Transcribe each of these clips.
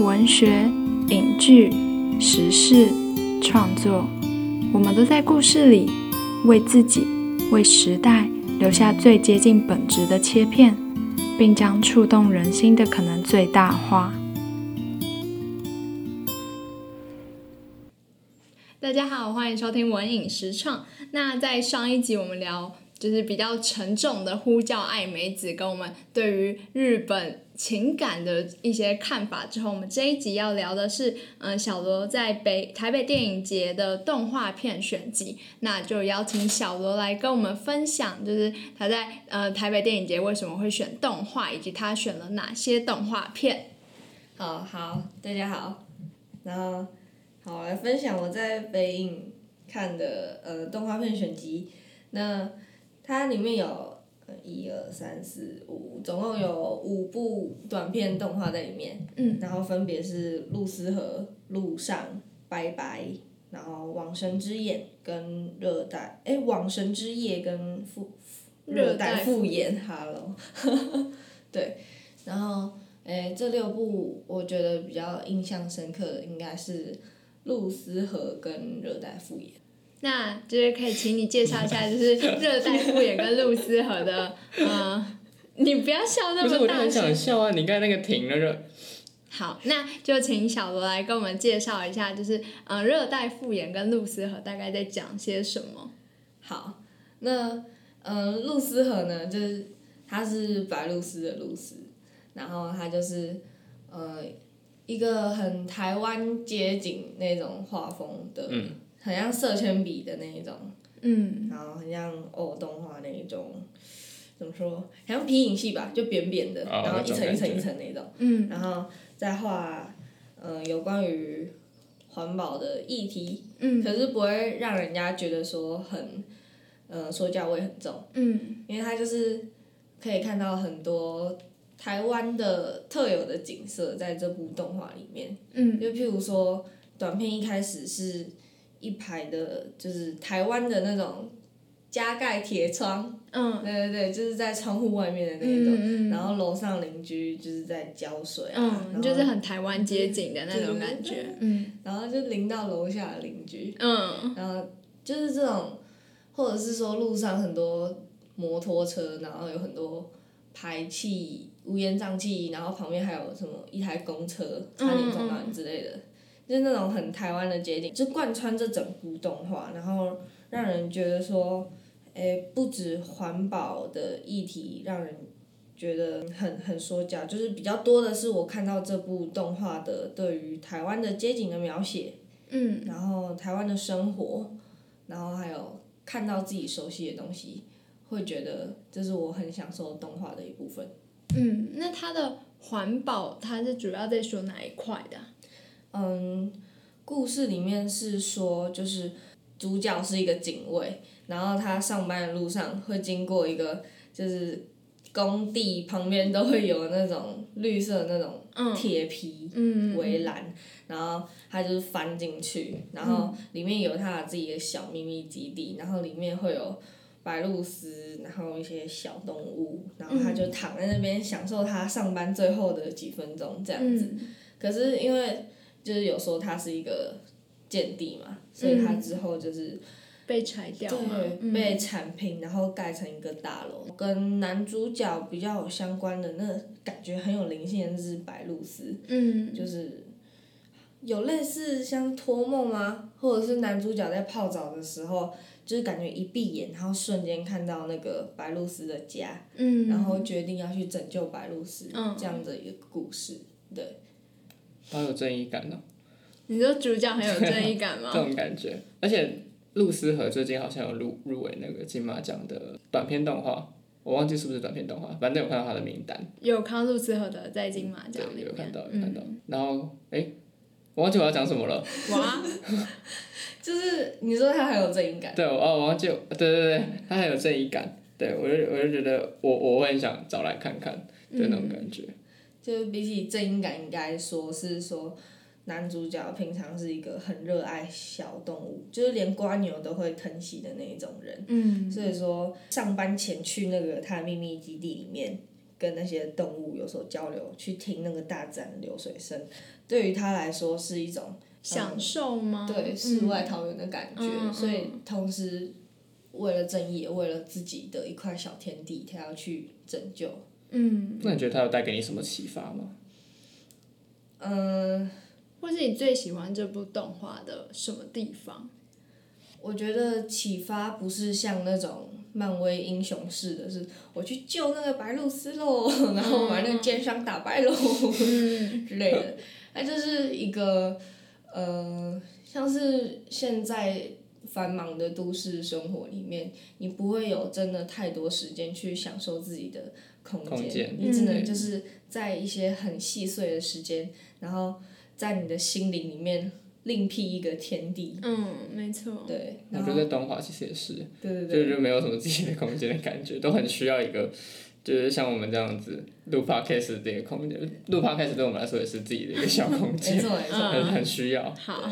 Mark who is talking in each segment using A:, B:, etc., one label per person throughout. A: 文学、影剧、时事、创作，我们都在故事里为自己、为时代留下最接近本质的切片，并将触动人心的可能最大化。
B: 大家好，欢迎收听文影实创。那在上一集我们聊就是比较沉重的呼叫爱美子，跟我们对于日本情感的一些看法之后，我们这一集要聊的是，嗯、小罗在北台北电影节的动画片选集。那就邀请小罗来跟我们分享，就是他在呃台北电影节为什么会选动画，以及他选了哪些动画片。
C: 好好，大家好，然后好来分享我在北影看的呃动画片选集。那它里面有呃一二三四五，总共有五部短片动画在里面。
B: 嗯，
C: 然后分别是《露丝河》《路上》《拜拜》，然后《往生之眼》跟《热带》哎，《往生之夜》跟《复
B: 热
C: 热
B: 带
C: 带
B: 复
C: 复 眼》哈喽，对，然后诶，这六部我觉得比较印象深刻的应该是《露丝河》跟《热带复眼》。
B: 那就是可以请你介绍一下，就是热带敷衍跟露丝河的，嗯，你不要笑那
D: 不是，我
B: 么
D: 就
B: 大
D: 很想
B: 声。
D: 笑啊！你刚才那个停了就，
B: 好，那就请小罗来跟我们介绍一下，就是嗯，热带敷衍跟露丝河大概在讲些什么？
C: 好，那嗯，露丝河呢，就是它是白露丝的露丝，然后它就是呃一个很台湾街景那种画风的，
D: 嗯
C: 很像色铅笔的那一种，
B: 嗯
C: 然后很像偶动画那一种，怎么说，很像皮影戏吧，就扁扁的，
D: 哦
C: 然后
D: 那
C: 一
D: 种
C: 层一层
D: 感觉
C: 一层那种，
B: 嗯
C: 然后再画嗯、呃有关于环保的议题，
B: 嗯
C: 可是不会让人家觉得说很，呃，说教味很重，
B: 嗯
C: 因为它就是可以看到很多台湾的特有的景色在这部动画里面。
B: 嗯
C: 就譬如说，短片一开始是一排的，就是台湾的那种加盖铁窗，
B: 嗯
C: 对对对，就是在窗户外面的那一种，
B: 嗯
C: 然后楼上邻居就是在浇水啊，然后
B: 嗯，就是很台湾街景的那种感觉。嗯
C: 然后就淋到楼下的邻居，
B: 嗯
C: 然后就是这种，或者是说路上很多摩托车，然后有很多排气、乌烟瘴气，然后旁边还有什么一台公车差点撞到你之类的，就是那种很台湾的街景，就贯穿这整部动画，然后让人觉得说，诶，不止环保的议题让人。觉得很很说教，就是比较多的是我看到这部动画的对于台湾的街景的描写，
B: 嗯
C: 然后台湾的生活，然后还有看到自己熟悉的东西，会觉得这是我很享受动画的一部分。
B: 嗯，那它的环保，它是主要在说哪一块的啊？
C: 嗯，故事里面是说，就是主角是一个警卫，然后他上班的路上会经过一个就是工地旁边都会有那种绿色的那种
B: 嗯
C: 铁皮
B: 嗯
C: 围栏，然后他就是翻进去，然后
B: 嗯
C: 里面有他自己的小秘密基地，然后里面会有白鹭鸶，然后一些小动物，然后他就躺在那边享受他上班最后的几分钟这样子。
B: 嗯
C: 可是因为就是有说他是一个见地嘛，所以他之后就是。
B: 被拆掉吗？
C: 对，
B: 嗯
C: 被铲平，然后盖成一个大楼。跟男主角比较有相关的，那感觉很有灵性的是白露丝，
B: 嗯
C: 就是有类似像托梦吗？或者是男主角在泡澡的时候，就是感觉一闭眼，然后瞬间看到那个白露丝的家，
B: 嗯，
C: 然后决定要去拯救白露丝，
B: 嗯
C: 这样的一个故事。对，
D: 好
C: 嗯
D: 有正义感哦，
B: 你说主角很有正义感
D: 这
B: 吗？
D: 种感觉。而且露丝河最近好像有入入围那个金马奖的短片动画，我忘记是不是短片动画，反正有看到他的名单，
B: 有康路之后的在金马
D: 对
B: 奖里，面，嗯
D: 有看到有看到。
C: 嗯
D: 然后哎、我忘记我要讲什么了。
B: 哇，
C: 就是你说他很有正义感，
D: 对，我哦，我忘记，对对对，他很有正义感。对我就我就觉得我我会很想找来看看，对
B: 嗯
D: 那
C: 嗯
D: 种感觉。
C: 就是比起正义感，应该说是说男主角平常是一个很热爱小动物，就是连瓜牛都会疼惜的那一种人。
B: 嗯
C: 所以说，上班前去那个他的秘密基地里面跟那些动物有所交流，去听那个大自然流水声，对于他来说是一种
B: 享受吗？
C: 嗯
B: 嗯
C: 对世外桃源的感觉，
B: 嗯嗯嗯
C: 所以同时为了正义，也为了自己的一块小天地，他要去拯救。
B: 嗯，
D: 那你觉得它有带给你什么启发吗？
C: 嗯，
B: 或是你最喜欢这部动画的什么地方？
C: 我觉得启发不是像那种漫威英雄式的是，我去救那个白露丝喽，
B: 嗯
C: 然后把那个奸商打败喽、 之类的，它就是一个呃，像是现在繁忙的都市生活里面，你不会有真的太多时间去享受自己的空间，
D: 空间
C: 你只能
B: 嗯
C: 就是在一些很细碎的时间，然后在你的心灵里面另辟一个天地。
B: 嗯，没错。
C: 对，
D: 我
C: 然
D: 觉
C: 后
D: 得在东华其实也是，
C: 对对
D: 就
C: 对，
D: 是没有什么自己的空间的感觉，都很需要一个，就是像我们这样子录 podcast 的一个空间，录 podcast 对我们来说也是自己的一个小 空
C: 没
D: 间，
C: 错 没错。
D: 很很需要。
B: 好，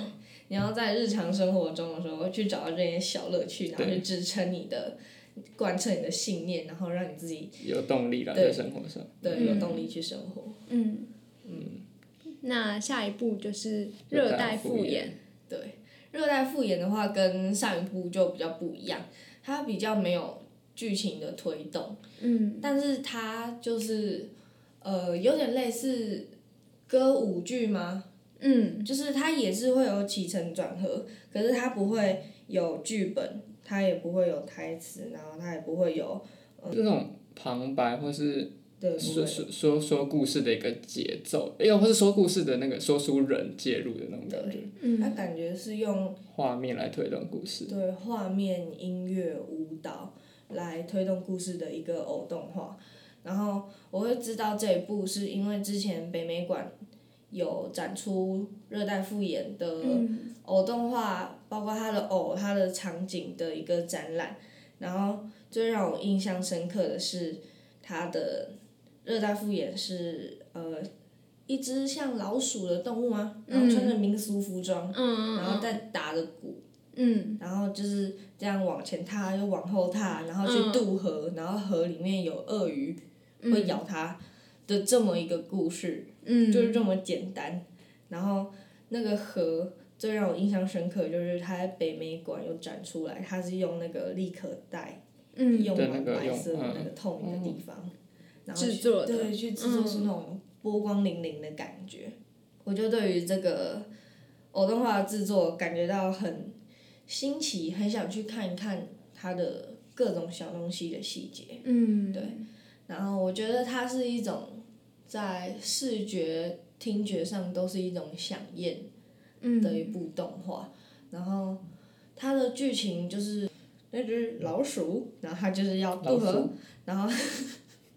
C: 你要在日常生活中的时候去找到这些小乐趣，然后
D: 对
C: 去支撑你的，贯彻你的信念，然后让你自己
D: 有动力了，
C: 对
D: 在生活上。
C: 对有动力去生活。
B: 嗯那下一步就是热带复眼，
C: 对，热带复眼的话跟上一部就比较不一样，它比较没有剧情的推动，
B: 嗯
C: 但是它就是呃有点类似歌舞剧吗？
B: 嗯
C: 就是它也是会有起承转合，可是它不会有剧本，它也不会有台词，然后它也不会有
D: 这种旁白或是
C: 对不
D: 说
C: 会。
D: 说说说故事的一个节奏，又或是说故事的那个说书人介入的那种感觉，
C: 它
B: 嗯
C: 感觉是用
D: 画面来推动故事。
C: 对画面、音乐、舞蹈来推动故事的一个偶动画。然后我会知道这一部是因为之前北美馆有展出热带复眼的
B: 嗯
C: 偶动画，包括它的偶、它的场景的一个展览。然后最让我印象深刻的是它的热带复眼是呃一只像老鼠的动物吗？然后穿着民俗服装，
B: 嗯
C: 然后再打着鼓。
B: 嗯
C: 然后就是这样往前踏，又往后踏，然后去渡河，然后河里面有鳄鱼会咬它的这么一个故事，
B: 嗯，
C: 就是这么简单。然后那个河最让我印象深刻，就是它在北美馆有展出来，它是用那个立可带
B: 嗯
C: 用
D: 对
C: 完
D: 那个
C: 白
D: 用
C: 色的那个
D: 嗯
C: 透明的地方，然后
B: 制
C: 去
B: 作的嗯
C: 对，去制作出那种波光粼粼的感觉。我就对于这个偶动画的制作感觉到很新奇，很想去看一看它的各种小东西的细节。
B: 嗯
C: 对然后我觉得它是一种在视觉、听觉上都是一种响宴
B: 嗯
C: 的一部动画，然后它的剧情就是那只老鼠，然后它就是要渡
D: 老
C: 河
D: 鼠，
C: 然后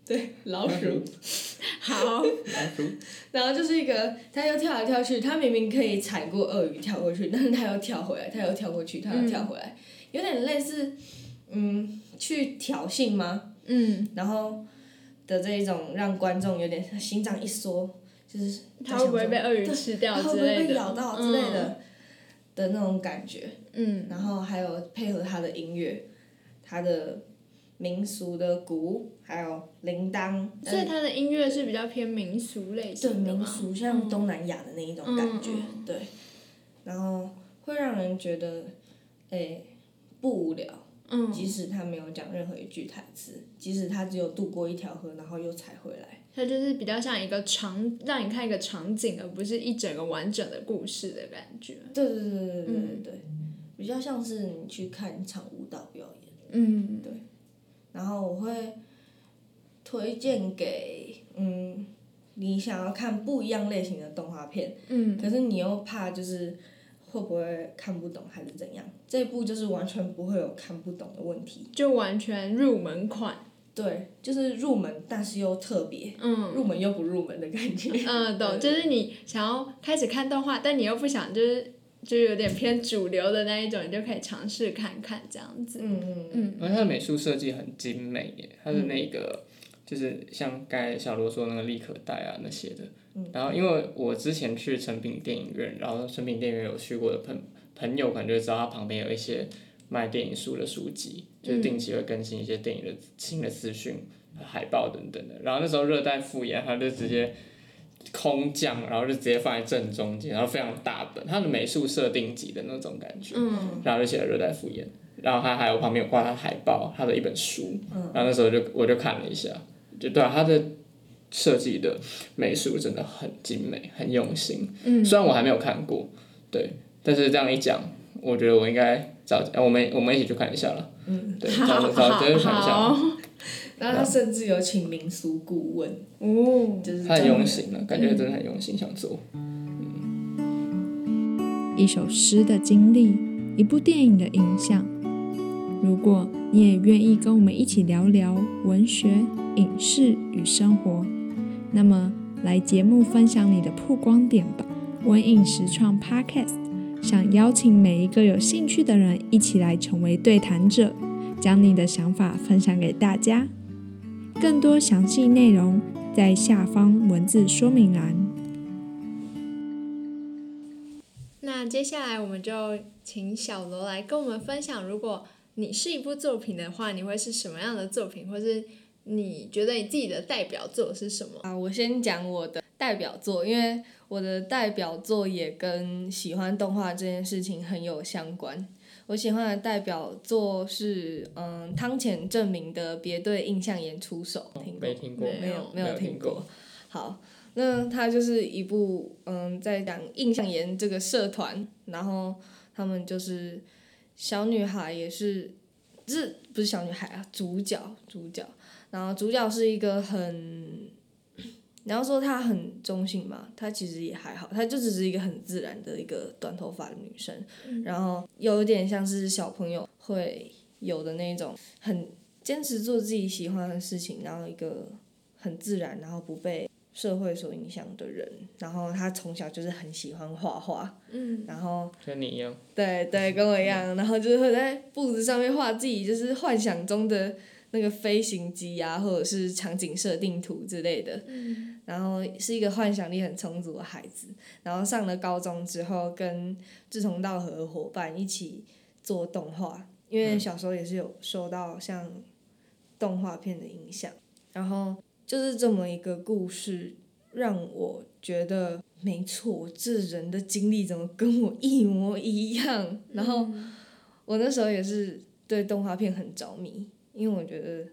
C: 对老
D: 老
C: 鼠
D: 鼠，
B: 好，
D: 老鼠，
C: 然后就是一个它又跳来跳去，它明明可以踩过鳄鱼跳过去，但是它又跳回来，它又跳过去，它又
B: 嗯
C: 跳回来，有点类似嗯去挑衅吗？
B: 嗯，
C: 然后的这一种让观众有点心脏一缩，就是
B: 它会不会被鳄鱼吃掉
C: 它会
B: 之
C: 不会
B: 类
C: 被
B: 的？
C: 咬到之类的、的那种感觉。
B: 嗯，
C: 然后还有配合他的音乐，他的民俗的鼓，还有铃铛，嗯
B: 所以它的音乐是比较偏民俗类
C: 对
B: 型的
C: 民
B: 嘛，
C: 俗像东南亚的那一种感觉，对，然后会让人觉得，哎、不无聊。
B: 嗯，
C: 即使他没有讲任何一句台词，即使他只有渡过一条河，然后又踩回来，
B: 它就是比较像一个场，让你看一个场景，而不是一整个完整的故事的感觉。
C: 对对对对对对对对，比较像是你去看一场舞蹈表演。
B: 嗯
C: 然后我会推荐给嗯，你想要看不一样类型的动画片，
B: 嗯
C: 可是你又怕就是会不会看不懂还是怎样，这部就是完全不会有看不懂的问题。
B: 就完全入门款。
C: 对，就是入门，但是又特别，
B: 嗯
C: 入门又不入门的感觉。
B: 嗯， 懂，就是你想要开始看动画，但你又不想就是就是有点偏主流的那一种，你就可以尝试看看这样子。
C: 嗯嗯嗯，
B: 嗯
D: 而且它的美术设计很精美耶，它的那个、就是像刚才小罗说那个立可带啊那些的。然后因为我之前去成品电影院，然后成品电影院有去过的朋朋友，可能就会知道它旁边有一些卖电影书的书籍，就是定期会更新一些电影的新的资讯。海报等等的。然后那时候热带复眼，他就直接空降，然后就直接放在正中间，然后非常大本，他的美术设定集的那种感觉。
B: 嗯，
D: 然后就写了热带复眼，然后他还有旁边有挂他的海报，他的一本书。然后那时候就我就看了一下，就对、啊、他的设计的美术真的很精美，很用心。
B: 嗯
D: 虽然我还没有看过，对，但是这样一讲，我觉得我应该找呃我们我们一起去看一下了。嗯，对，找找找真的看一下，
B: 好
C: 然后他甚至有请民俗顾问，
B: 哦，
C: 就是
D: 他
C: 专
D: 很用
C: 门
D: 心了，感觉真的很用心想做。
A: 一首诗的经历，一部电影的影响。如果你也愿意跟我们一起聊聊文学、影视与生活，那么来节目分享你的曝光点吧。文影实创 Podcast 想邀请每一个有兴趣的人一起来成为对谈者，将你的想法分享给大家。更多详细内容在下方文字说明栏。
B: 那接下来我们就请小罗来跟我们分享，如果你是一部作品的话，你会是什么样的作品，或是你觉得你自己的代表作是什么？
C: 啊，我先讲我的代表作，因为我的代表作也跟喜欢动画这件事情很有相关。我喜欢的代表作是嗯汤浅证明的《别对印象演出手》，听过
D: 没听过，
C: 没有没
D: 没
C: 有
D: 有
C: 听
D: 听
C: 过。好，那它就是一部嗯，在讲印象研这个社团，然后他们就是小女孩也是，是不是小女孩啊？主角主角，然后主角是一个很。你要说她很中性嘛，她其实也还好，她就只是一个很自然的一个短头发的女生，然后有点像是小朋友会有的那种，很坚持做自己喜欢的事情，然后一个很自然，然后不被社会所影响的人。然后他从小就是很喜欢画画，
B: 嗯
C: 然后
D: 跟你一样，
C: 对对，跟我一样，然后就是会在布子上面画自己就是幻想中的那个飞行机啊，或者是场景设定图之类的。
B: 嗯
C: 然后是一个幻想力很充足的孩子。然后上了高中之后，跟志同道合的伙伴一起做动画，因为小时候也是有受到像动画片的影响。然后就是这么一个故事，让我觉得没错，这人的经历怎么跟我一模 一样？然后我那时候也是对动画片很着迷，因为我觉得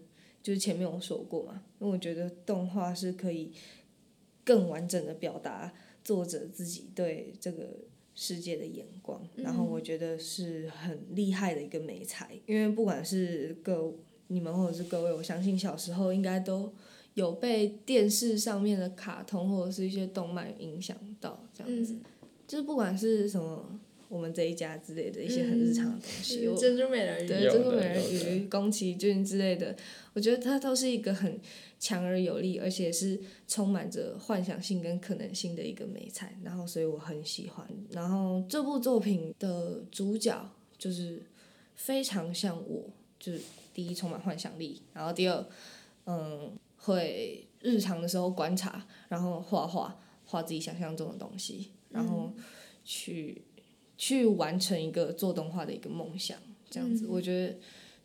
C: 就是前面我说过嘛，因为我觉得动画是可以更完整的表达作者自己对这个世界的眼光，然后我觉得是很厉害的一个美才，因为不管是各你们或者是各位，我相信小时候应该都。有被电视上面的卡通或者是一些动漫影响到，这样子，
B: 嗯，
C: 就是不管是什么我们这一家之类的一些很日常的东西，
B: 是
C: 我
B: 珍珠美人鱼，
C: 对
D: 有
C: 珍珠
D: 的
C: 美人
D: 有的
C: 鱼、宫崎骏之类的，我觉得它都是一个很强而有力，而且是充满着幻想性跟可能性的一个美彩，然后所以我很喜欢。然后这部作品的主角就是非常像我，就是第一充满幻想力，然后第二，嗯，会日常的时候观察，然后画画，画自己想象中的东西，然后去、去完成一个做动画的一个梦想，这样子，
B: 嗯
C: 我觉得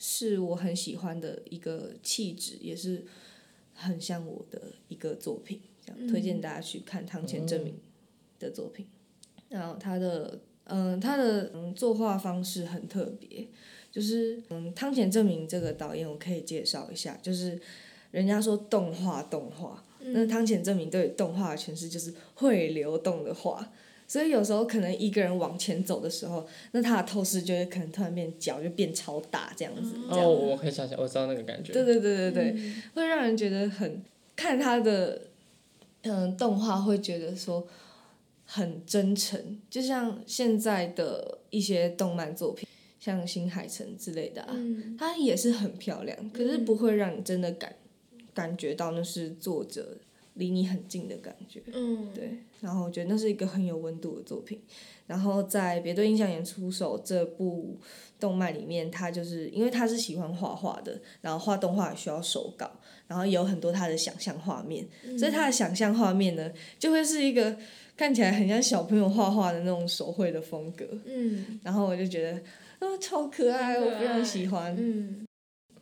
C: 是我很喜欢的一个气质，也是很像我的一个作品，这样、推荐大家去看汤浅证明的作品，然后他的。嗯，他的嗯作画方式很特别，就是嗯汤浅证明这个导演我可以介绍一下，就是人家说动画动画，那汤浅证明对动画的诠释就是会流动的画，所以有时候可能一个人往前走的时候，那他的透视就会可能突然变脚就变超大这样子，这样
D: 哦，我可以想想，我知道那个感觉，
C: 对对对对
B: 嗯
C: 对，会让人觉得很看他的嗯动画会觉得说很真诚，就像现在的一些动漫作品，像新海诚之类的、啊，
B: 嗯
C: 它也是很漂亮，可是不会让你真的感感觉到那是作者离你很近的感觉。
B: 嗯，
C: 对，然后我觉得那是一个很有温度的作品。然后在《别对印象演出手》这部动漫里面，他就是因为他是喜欢画画的，然后画动画也需要手稿，然后也有很多他的想象画面，所以他的想象画面呢，就会是一个看起来很像小朋友画画的那种手绘的风格。
B: 嗯
C: 然后我就觉得，啊、超可爱，我非常喜欢。
B: 嗯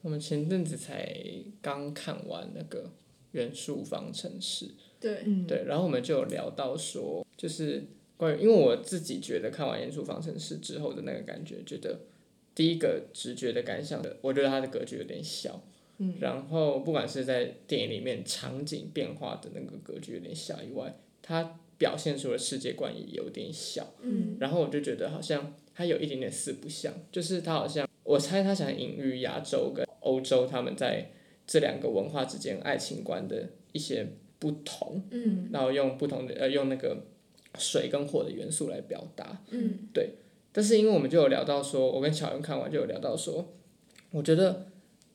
D: 我们前阵子才刚看完那个《元素方程式》，
B: 对，
C: 嗯，
D: 对，然后我们就有聊到说，就是关于，因为我自己觉得看完《元素方程式》之后的那个感觉，觉得第一个直觉的感想，我觉得它的格局有点小，嗯，然后不管是在电影里面场景变化的那个格局有点小以外，它表现出的世界观也有点小，
B: 嗯，
D: 然后我就觉得好像它有一点点四不像，就是它好像我猜它想隐喻亚洲跟欧洲他们在这两个文化之间爱情观的一些不同。
B: 嗯
D: 然后用不同的呃用那个水跟火的元素来表达。
B: 嗯
D: 但是因为我们就有聊到说，我跟乔恩看完就有聊到说，我觉得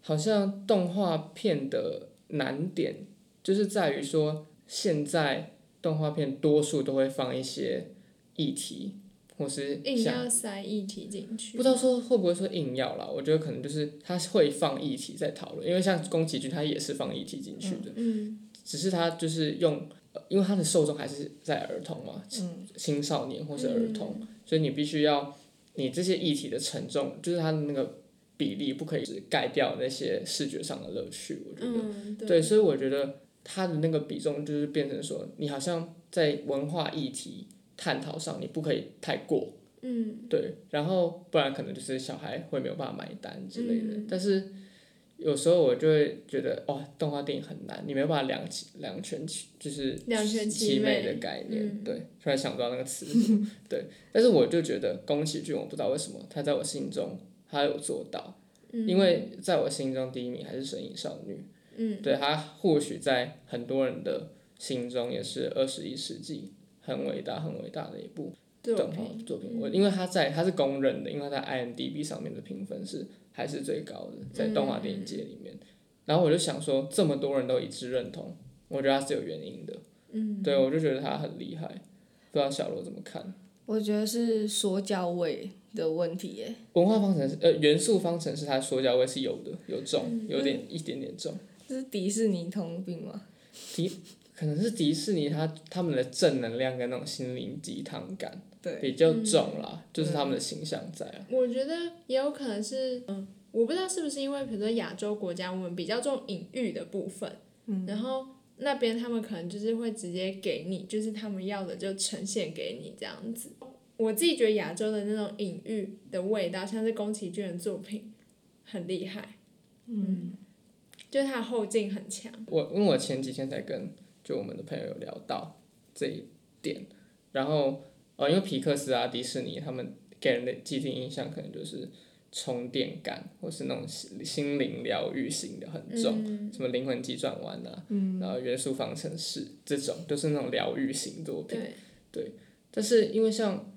D: 好像动画片的难点就是在于说，现在动画片多数都会放一些议题，或是
B: 硬
D: 像
B: 要塞议题进去，
D: 不知道说会不会说硬要啦，我觉得可能就是他会放议题在讨论，因为像宫崎骏他也是放议题进去的，
B: 嗯
D: 只是他就是用，呃因为他的受众还是在儿童嘛，
C: 嗯
D: 青少年或是儿童，
B: 嗯
D: 所以你必须要你这些议题的沉重，就是它的那个比例不可以只盖掉那些视觉上的乐趣。我觉得，
B: 嗯，
D: 对，所以我觉得它的那个比重就是变成说，你好像在文化议题探讨上，你不可以太过，
B: 嗯
D: 对，然后不然可能就是小孩会没有办法买单之类的。
B: 嗯
D: 但是有时候我就会觉得，哇、动画电影很难，你没有办法两起两全其就是
B: 两全其
D: 其
B: 美
D: 美的概念。
B: 嗯
D: 对，突然想不到那个词是什么对，但是我就觉得宫崎骏，我不知道为什么他在我心中他有做到，
B: 嗯，
D: 因为在我心中第一名还是《神隐少女》。
B: 嗯
D: 对他或许在很多人的心中也是二十一世纪很伟大、很伟大的一部
B: 对嗯
D: 动画作品，我因为它在它是公认的，因为它在 IMDB 上面的评分是还是最高的，
B: 嗯
D: 在动画电影界里面。然后我就想说，这么多人都一致认同，我觉得它是有原因的。
B: 嗯，
D: 对，我就觉得它很厉害，不知道小罗怎么看？
C: 我觉得是说教味的问题耶。
D: 文化方程式，呃，元素方程式，它说教味是有的，有
B: 嗯
D: 重，有点一点点重，
C: 这是迪士尼通病吗？
D: 可能是迪士尼它他们的正能量跟那种心灵鸡汤感
C: 对，
D: 比较
B: 嗯
D: 重啦，就是他们的形象在啊。
B: 我觉得也有可能是，嗯，我不知道是不是因为，比如说亚洲国家，我们比较重隐喻的部分，嗯，然后那边他们可能就是会直接给你，就是他们要的就呈现给你这样子。我自己觉得亚洲的那种隐喻的味道，像是宫崎骏的作品，很厉害，
C: 嗯
B: 就是它的后劲很强。
D: 我因为我前几天才跟就我们的朋友有聊到这一点，然后呃，因为皮克斯啊、迪士尼他们给人的既定印象可能就是充电感，或是那种心心灵疗愈型的很重，
B: 嗯
D: 什么灵魂急转弯啊，然后元素方程式这种，就是那种疗愈型作品。
B: 对，
D: 但是因为像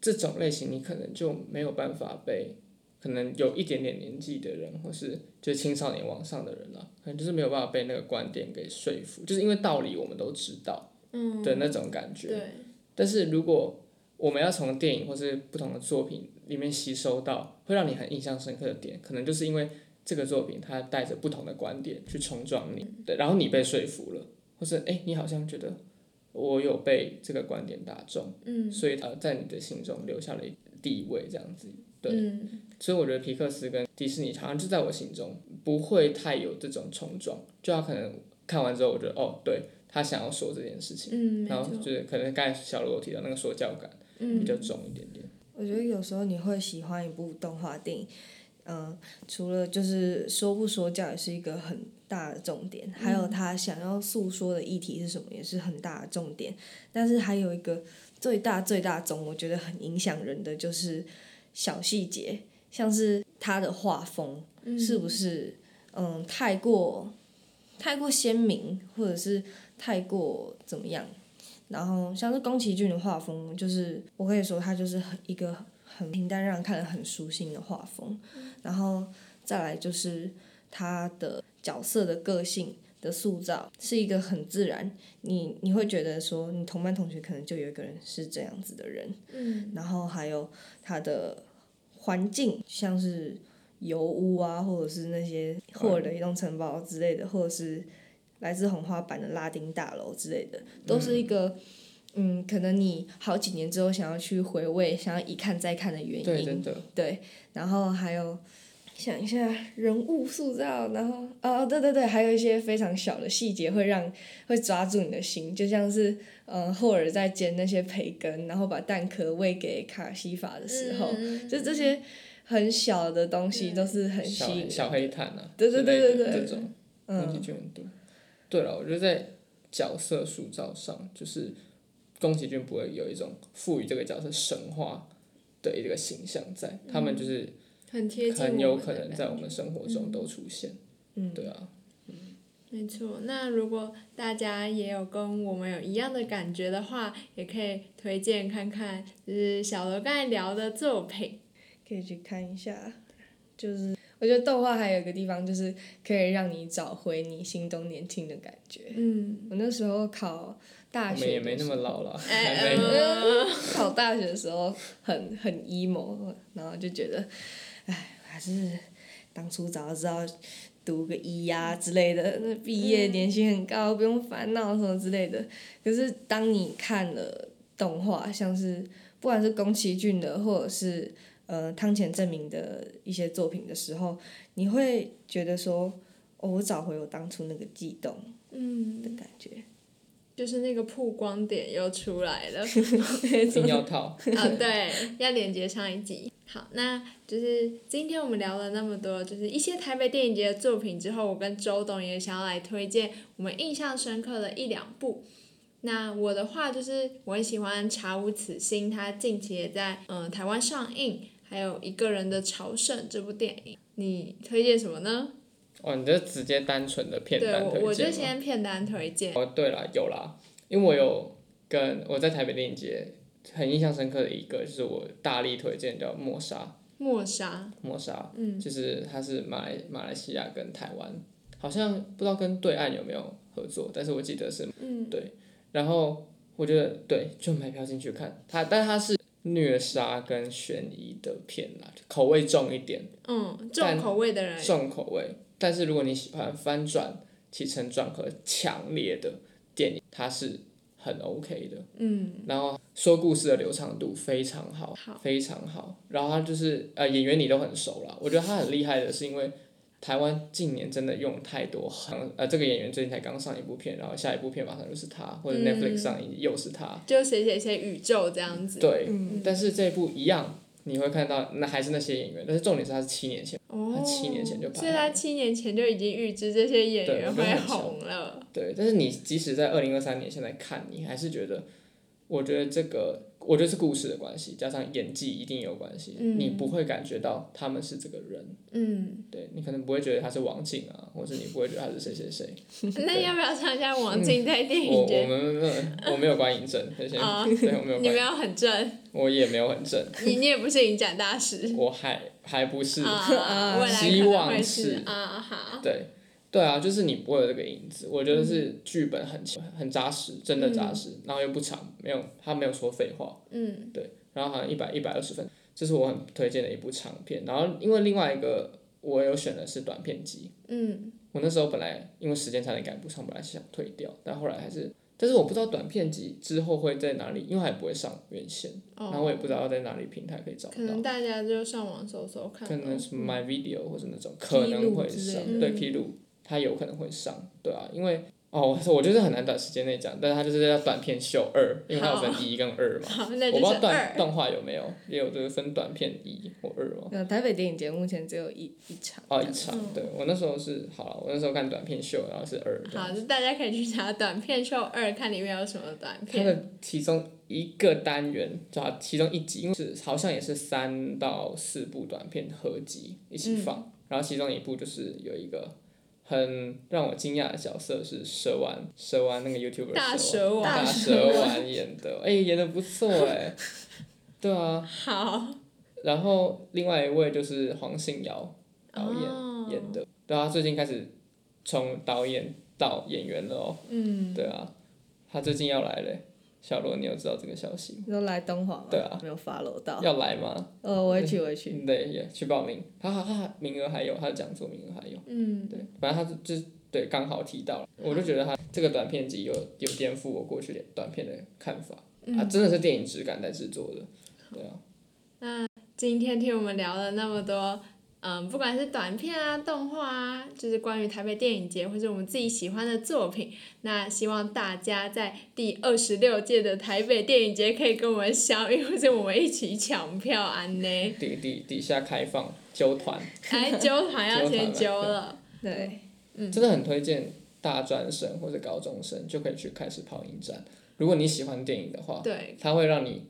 D: 这种类型，你可能就没有办法被可能有一点点年纪的人，或是就是青少年往上的人啊，可能就是没有办法被那个观点给说服，就是因为道理我们都知道
B: 嗯，
D: 的那种感觉。
B: 对，
D: 但是如果我们要从电影或是不同的作品里面吸收到会让你很印象深刻的点，可能就是因为这个作品它带着不同的观点去冲撞你，对，然后你被说服了，或是哎、诶你好像觉得我有被这个观点打中，
B: 嗯，
D: 所以呃，在你的心中留下了一地位，这样子。对
B: 嗯，
D: 所以我觉得皮克斯跟迪士尼好像就在我心中不会太有这种冲撞，就他可能看完之后，我觉得哦，对他想要说这件事情，
B: 嗯，没
D: 然后
B: 错，
D: 就是可能刚才小罗有提到那个说教感比
B: 嗯，
D: 较重一点点。
C: 我觉得有时候你会喜欢一部动画电影，嗯、除了就是说不说教也是一个很大的重点，还有他想要诉说的议题是什么也是很大的重点。但是还有一个最大最大宗，我觉得很影响人的就是小细节，像是他的画风
B: 嗯
C: 是不是嗯太过太过鲜明，或者是太过怎么样？然后像是宫崎骏的画风，就是我可以说他就是很一个很平淡，让人看了很舒心的画风。然后再来就是他的角色的个性的塑造是一个很自然，你你会觉得说你同班同学可能就有一个人是这样子的人，
B: 嗯，
C: 然后还有他的环境，像是油屋啊，或者是那些霍尔的移动城堡之类的，或者是来自红花坂的拉丁大楼之类的，都是一个。嗯，可能你好几年之后想要去回味，想要一看再看的原因。
D: 对，真的，
C: 对，然后还有想一下人物塑造，然后哦对对对，还有一些非常小的细节会让会抓住你的心，就像是嗯霍尔在煎那些培根，然后把蛋壳喂给卡西法的时候，
B: 嗯
C: 就这些很小的东西都是很吸
D: 小
C: 引人
D: 小黑炭啊，
C: 对对对对
D: 之类的
C: 对
D: 这种东西
C: 嗯
D: 就很多。对了，我觉得在角色塑造上，就是宫崎骏不会有一种赋予这个角色神话的一个形象在，他
C: 嗯
D: 们就是
B: 很贴近我
D: 很
B: 们
D: 有
B: 的
D: 可能
B: 感
D: 在我们生活中都出现。
C: 嗯
D: 对啊，
B: 没错，那如果大家也有跟我们有一样的感觉的话，也可以推荐看看，就是小罗刚才聊的作品。
C: 可以去看一下。就是我觉得动画还有一个地方就是可以让你找回你心中年轻的感觉。
B: 嗯，
C: 我那时候考大
D: 我
C: 学
D: 们也
C: 的
D: 没那
C: 时
D: 么
C: 候
D: 老了，
B: 哎
D: 哦还没
B: 嗯
C: 考大学的时候很很 emo，然后就觉得，哎，还是当初早知道读个医呀、之类的，那毕业年薪很高，不用烦恼什么之类的。可是当你看了动画，像是不管是宫崎骏的，或者是呃汤浅证明的一些作品的时候，你会觉得说，哦，我找回我当初那个悸动的
B: 嗯，
C: 感觉。
B: 就是那个曝光点又出来 了。
D: 硬要套。
B: 啊、对，要连接上一集。好，那就是今天我们聊了那么多，就是一些台北电影节的作品之后，我跟周董也想要来推荐我们印象深刻的一两部。那我的话就是我很喜欢《查无此心》，它近期也在嗯、呃台湾上映，还有《一个人的朝圣》这部电影，你推荐什么呢？
D: 哦，你就直接单纯的片
B: 对
D: 单
B: 我，我
D: 推
B: 就
D: 荐吗？
B: 先片单推荐。
D: 哦，对了，有啦，因为我有跟我在台北电影节很印象深刻的一个，就是我大力推荐叫《默杀》，
B: 默杀，
D: 默杀，
B: 嗯
D: 就是它是马来马来西亚跟台湾，好像不知道跟对岸有没有合作，但是我记得是，
B: 嗯
D: 对，然后我觉得对，就买票进去看它，但它是虐杀跟悬疑的片啦，口味重一点，
B: 嗯，重
D: 但
B: 口味的人，
D: 重口味，但是如果你喜欢翻转、起承转合强烈的电影，它是很 OK 的。
B: 嗯，
D: 然后说故事的流畅度非常好，
B: 好
D: 非常好。然后他就是呃演员你都很熟了，我觉得他很厉害的是因为台湾近年真的用太多很呃这个演员最近才刚上一部片，然后下一部片马上就是他，或者
B: 嗯
D: Netflix 上映又是他，
B: 就写写写宇宙这样子。
D: 对。
C: 嗯
D: 但是这部一样，你会看到那还是那些演员，但是重点是他是七年前，
B: 哦，
D: 他七年前就拍
B: 所以他
D: 好
B: 七年前就已经预知这些演
D: 对
B: 员
D: 我觉得
B: 会
D: 很
B: 红了。
D: 对。但是你即使在二零二三年现在看，你还是觉得，我觉得这个。我觉得是故事的关系，加上演技一定有关系，
B: 嗯
D: 你不会感觉到他们是这个人，
B: 嗯，
D: 对你可能不会觉得他是王静啊，或是你不会觉得他是谁谁谁。
B: 那要不要唱一下王静在电
D: 我
B: 影
D: 我
B: 节？
D: 们没有我没有观影证，这些、
B: 啊
D: 对我没有
B: 你
D: 观
B: 没
D: 影，
B: 有很正，
D: 我也没有很正，
B: 你你也不是影展大师
D: 我还还不是、
B: 啊，未来可
D: 希
B: 能
D: 望
B: 会
D: 是
B: 啊，好，
D: 对对啊，就是你不会有这个影子。我
B: 嗯
D: 觉得是剧本很强很扎实，真的扎实，然后又不长，没有他没有说废话，
B: 嗯
D: 然后好像一百一百二十分，这是我很推荐的一部长片。然后因为另外一个我有选的是短片集，
B: 嗯
D: 我那时候本来因为时间差点赶不上，本来是想退掉，但后来还是，但是我不知道短片集之后会在哪里，因为还不会上院线，然后我
B: 哦，
D: 也不知道在哪里平台可以找
B: 可能
D: 到，
B: 大家就上网搜搜看
D: 可能
B: 咯。
D: 什么 My Video 或者那种可能会上
B: 嗯之类，的
D: 对
B: 嗯
D: 披露，它有可能会上，对啊，因为哦，我我觉得很难短时间内讲，但是它就是叫短片秀二，因为它有分一跟 二嘛，
B: 好，
D: 我
B: 那
D: 不
B: 就
D: 知道
B: 是
D: 短
B: 二。
D: 动画有没有，也有就是分短片一或二嘛。
C: 呃，台北电影节目前只有一一场。
D: 哦，一
B: 嗯
D: 场，对我那时候是好了，我那时候看短片秀，然后是二，这样
B: 好，就大家可以去查短片秀二，看里面有什么短
D: 它
B: 片。
D: 的其中一个单元，就它其中一集，因为是好像也是三到四部短片合集一起放，然后其中一部就是有一个很让我惊讶的角色是蛇丸，蛇丸那个 YouTuber
B: 大蛇
D: 蛇
B: 丸
D: 大蛇丸演的，哎、演的不错哎、对啊，
B: 好，
D: 然后另外一位就是黄信尧导演
B: 哦
D: 演的，对啊，他最近开始从导演到演员了哦，
B: 嗯，
D: 对啊，他最近要来嘞，小罗，你有知道这个消息吗？
C: 你说来东华吗？
D: 对啊
C: 没有 follow 到。
D: 要来吗？
C: 呃，我会去，我会去。
D: 对，也去报名，他他他名额还有，他的讲座名额还有，
B: 嗯，
D: 对，反正他就就是对刚好提到了，我就觉得他这个短片集有有颠覆我过去的短片的看法，
B: 嗯
D: 啊，真的是电影质感在制作的，对啊，
B: 今天听我们聊了那么多嗯，不管是短片啊、动画啊，就是关于台北电影节或者我们自己喜欢的作品，那希望大家在第二十六届的台北电影节可以跟我们相遇，或者我们一起抢票安 呢。
D: 底底底下开放揪团，
B: 哎，揪团要先揪了，
C: 对，
D: 真的很推荐大专生或者高中生就可以去开始跑影展。如果你喜欢电影的话，
B: 对，
D: 它会让你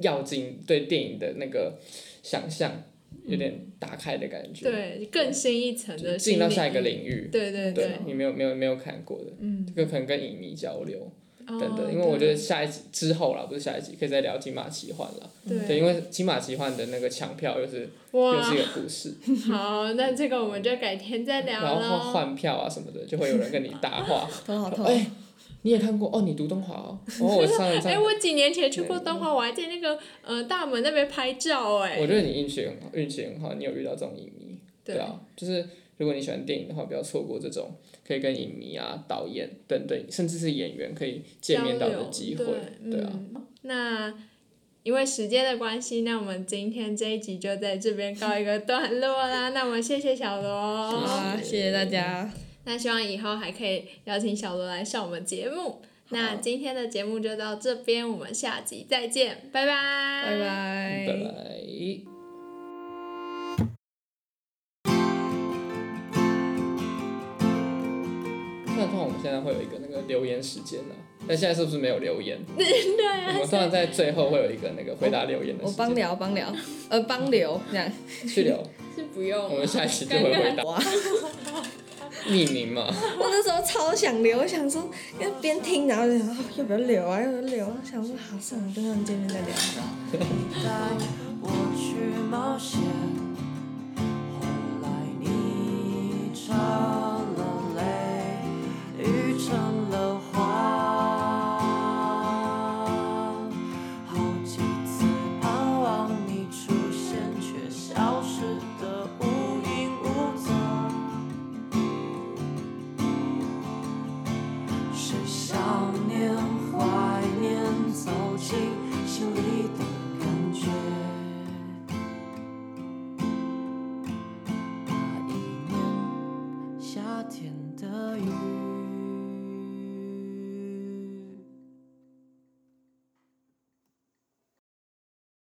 D: 要进对电影的那个想象有点打开的感觉，
B: 对，更新一层
D: 就
B: 的
D: 是进到
B: 心
D: 下一
B: 理
D: 个
B: 意义
D: 领域，
B: 对对
D: 对
B: 对，嗯
D: 你没有没有没有看过的，这个可能跟影迷交流
B: 哦
D: 等等，因为我觉
B: 对
D: 得下一集之后啦，不是下一集可以再聊金马奇幻啦，
B: 对
D: 对，因为金马奇幻的那个抢票又是又是
B: 哇
D: 一，个故事，
B: 好，那这个我们就改天再 聊
D: 然后换
B: 喽。
D: 换票啊什么的，就会有人跟你搭话，
C: 头好痛。
D: 哎、你也看过哦，你读东华 哦，哦，我上一上
B: 哎，我几年前去过东华，我还在那个呃大门那边拍照哎。
D: 我觉得你运气很好，运气很好，你有遇到这种影迷。
B: 对
D: 啊，就是如果你喜欢电影的话，不要错过这种可以跟影迷啊、导演等等，甚至是演员可以见面到的机会
B: 交流。
D: 对啊，
B: 嗯、那因为时间的关系，那我们今天这一集就在这边告一个段落啦。 那我们谢谢小
C: 好
B: 罗，
C: 啊，谢谢大家，
B: 那希望以后还可以邀请小罗来上我们节目。那今天的节目就到这边，我们下集再见，拜拜，
C: 拜拜，
D: 拜拜。那通常我们现在会有一个那个留言时间呢、但现在是不是没有留言？
B: 对
D: 我
B: 啊
D: 们，通常在最后会有一个那个回答留言的
C: 我
D: 时
C: 帮
D: 间，
C: 聊帮聊，呃，帮聊这样。
D: 去留。
B: 是不用了，
D: 我们下一期就会回答
C: 哇，
D: 匿名嘛。
C: 我那时候超想留，我想说要边听，然后就想、哦、要不要留啊，要不要留啊，想说好算了，跟他们见面再聊。
E: 带我去冒险。后来你translate 了泪，雨成了花。好几次盼望你出现，却消失得无影无踪。是想念、怀念，走进心里的感觉。那一年夏天的雨。